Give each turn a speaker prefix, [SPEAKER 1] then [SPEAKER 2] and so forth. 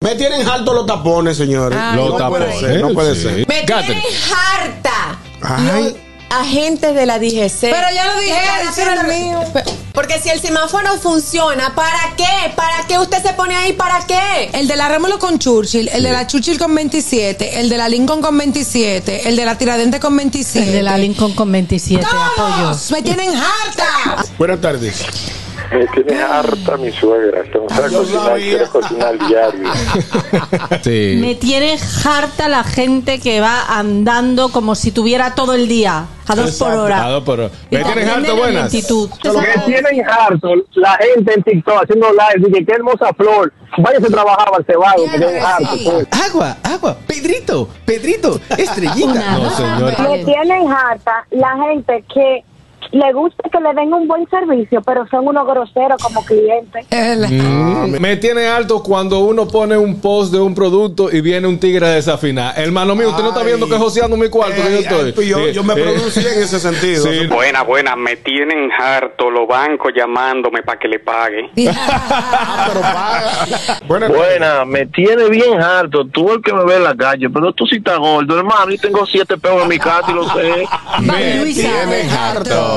[SPEAKER 1] Me tienen harto los tapones, señores.
[SPEAKER 2] Ay,
[SPEAKER 1] no
[SPEAKER 2] Los
[SPEAKER 1] puede
[SPEAKER 2] tapones,
[SPEAKER 1] ser, no puede
[SPEAKER 2] sí.
[SPEAKER 1] ser.
[SPEAKER 3] Me
[SPEAKER 2] Catherine.
[SPEAKER 3] tienen harta.
[SPEAKER 1] Ay.
[SPEAKER 3] los Agentes de la DGC.
[SPEAKER 4] Pero ya lo dije,
[SPEAKER 3] Que están
[SPEAKER 4] ese era el
[SPEAKER 3] haciendo-
[SPEAKER 4] mío.
[SPEAKER 3] Pe- Porque si el semáforo funciona, ¿para qué? ¿Para qué usted se pone ahí? ¿Para qué?
[SPEAKER 4] El de la Rémulo con Churchill, el de la Churchill con 27, el de la Lincoln con 27, el de la Tiradente con 27.
[SPEAKER 5] El de la Lincoln con 27 apoyo.
[SPEAKER 4] ¡Todos! ¡Me tienen harta!
[SPEAKER 1] Buenas tardes.
[SPEAKER 6] Me tiene harta mi suegra. Se me sabe
[SPEAKER 1] Yo
[SPEAKER 6] cocinar,
[SPEAKER 1] sabía.
[SPEAKER 6] quiere cocinar diario.
[SPEAKER 2] Sí.
[SPEAKER 5] Me tiene harta la gente que va andando como si tuviera todo el día, a dos
[SPEAKER 1] Exacto,
[SPEAKER 5] por hora.
[SPEAKER 2] a dos por hora.
[SPEAKER 5] Y
[SPEAKER 2] Me tienen
[SPEAKER 5] también
[SPEAKER 2] harta,
[SPEAKER 5] de la
[SPEAKER 2] buenas.
[SPEAKER 5] lentitud.
[SPEAKER 7] Me tienen harto la gente en TikTok haciendo live. Dije, qué hermosa flor. Váyase a trabajar, Barcebago, que tienen harto.
[SPEAKER 4] Sí.
[SPEAKER 7] pues.
[SPEAKER 8] Agua, agua, Pedrito, Pedrito, estrellita.
[SPEAKER 5] Una,
[SPEAKER 2] No,
[SPEAKER 5] dos,
[SPEAKER 2] señor.
[SPEAKER 5] tres.
[SPEAKER 9] Me tienen harta la gente que le gusta que le den un buen servicio, pero son unos groseros como clientes.
[SPEAKER 4] El-
[SPEAKER 2] Mm, Me tiene alto cuando uno pone un post de un producto y viene un tigre a desafinar. Hermano mío, usted no está viendo que joseando mi cuarto que
[SPEAKER 1] Ay,
[SPEAKER 2] yo
[SPEAKER 1] ay,
[SPEAKER 2] estoy.
[SPEAKER 1] pues yo-
[SPEAKER 2] Eh,
[SPEAKER 1] yo me
[SPEAKER 2] eh.
[SPEAKER 1] pronuncié en ese sentido.
[SPEAKER 2] Sí.
[SPEAKER 6] Buena, buena. Me tienen harto los bancos llamándome para que le pague.
[SPEAKER 1] Ah, pero paga. Buenas
[SPEAKER 7] Buena, me tiene bien harto. Tú el que me ve en la calle, pero tú sí estás gordo, hermano. Y tengo siete peos en mi casa y lo sé.
[SPEAKER 5] Vale, Luisa.
[SPEAKER 1] tienen harto.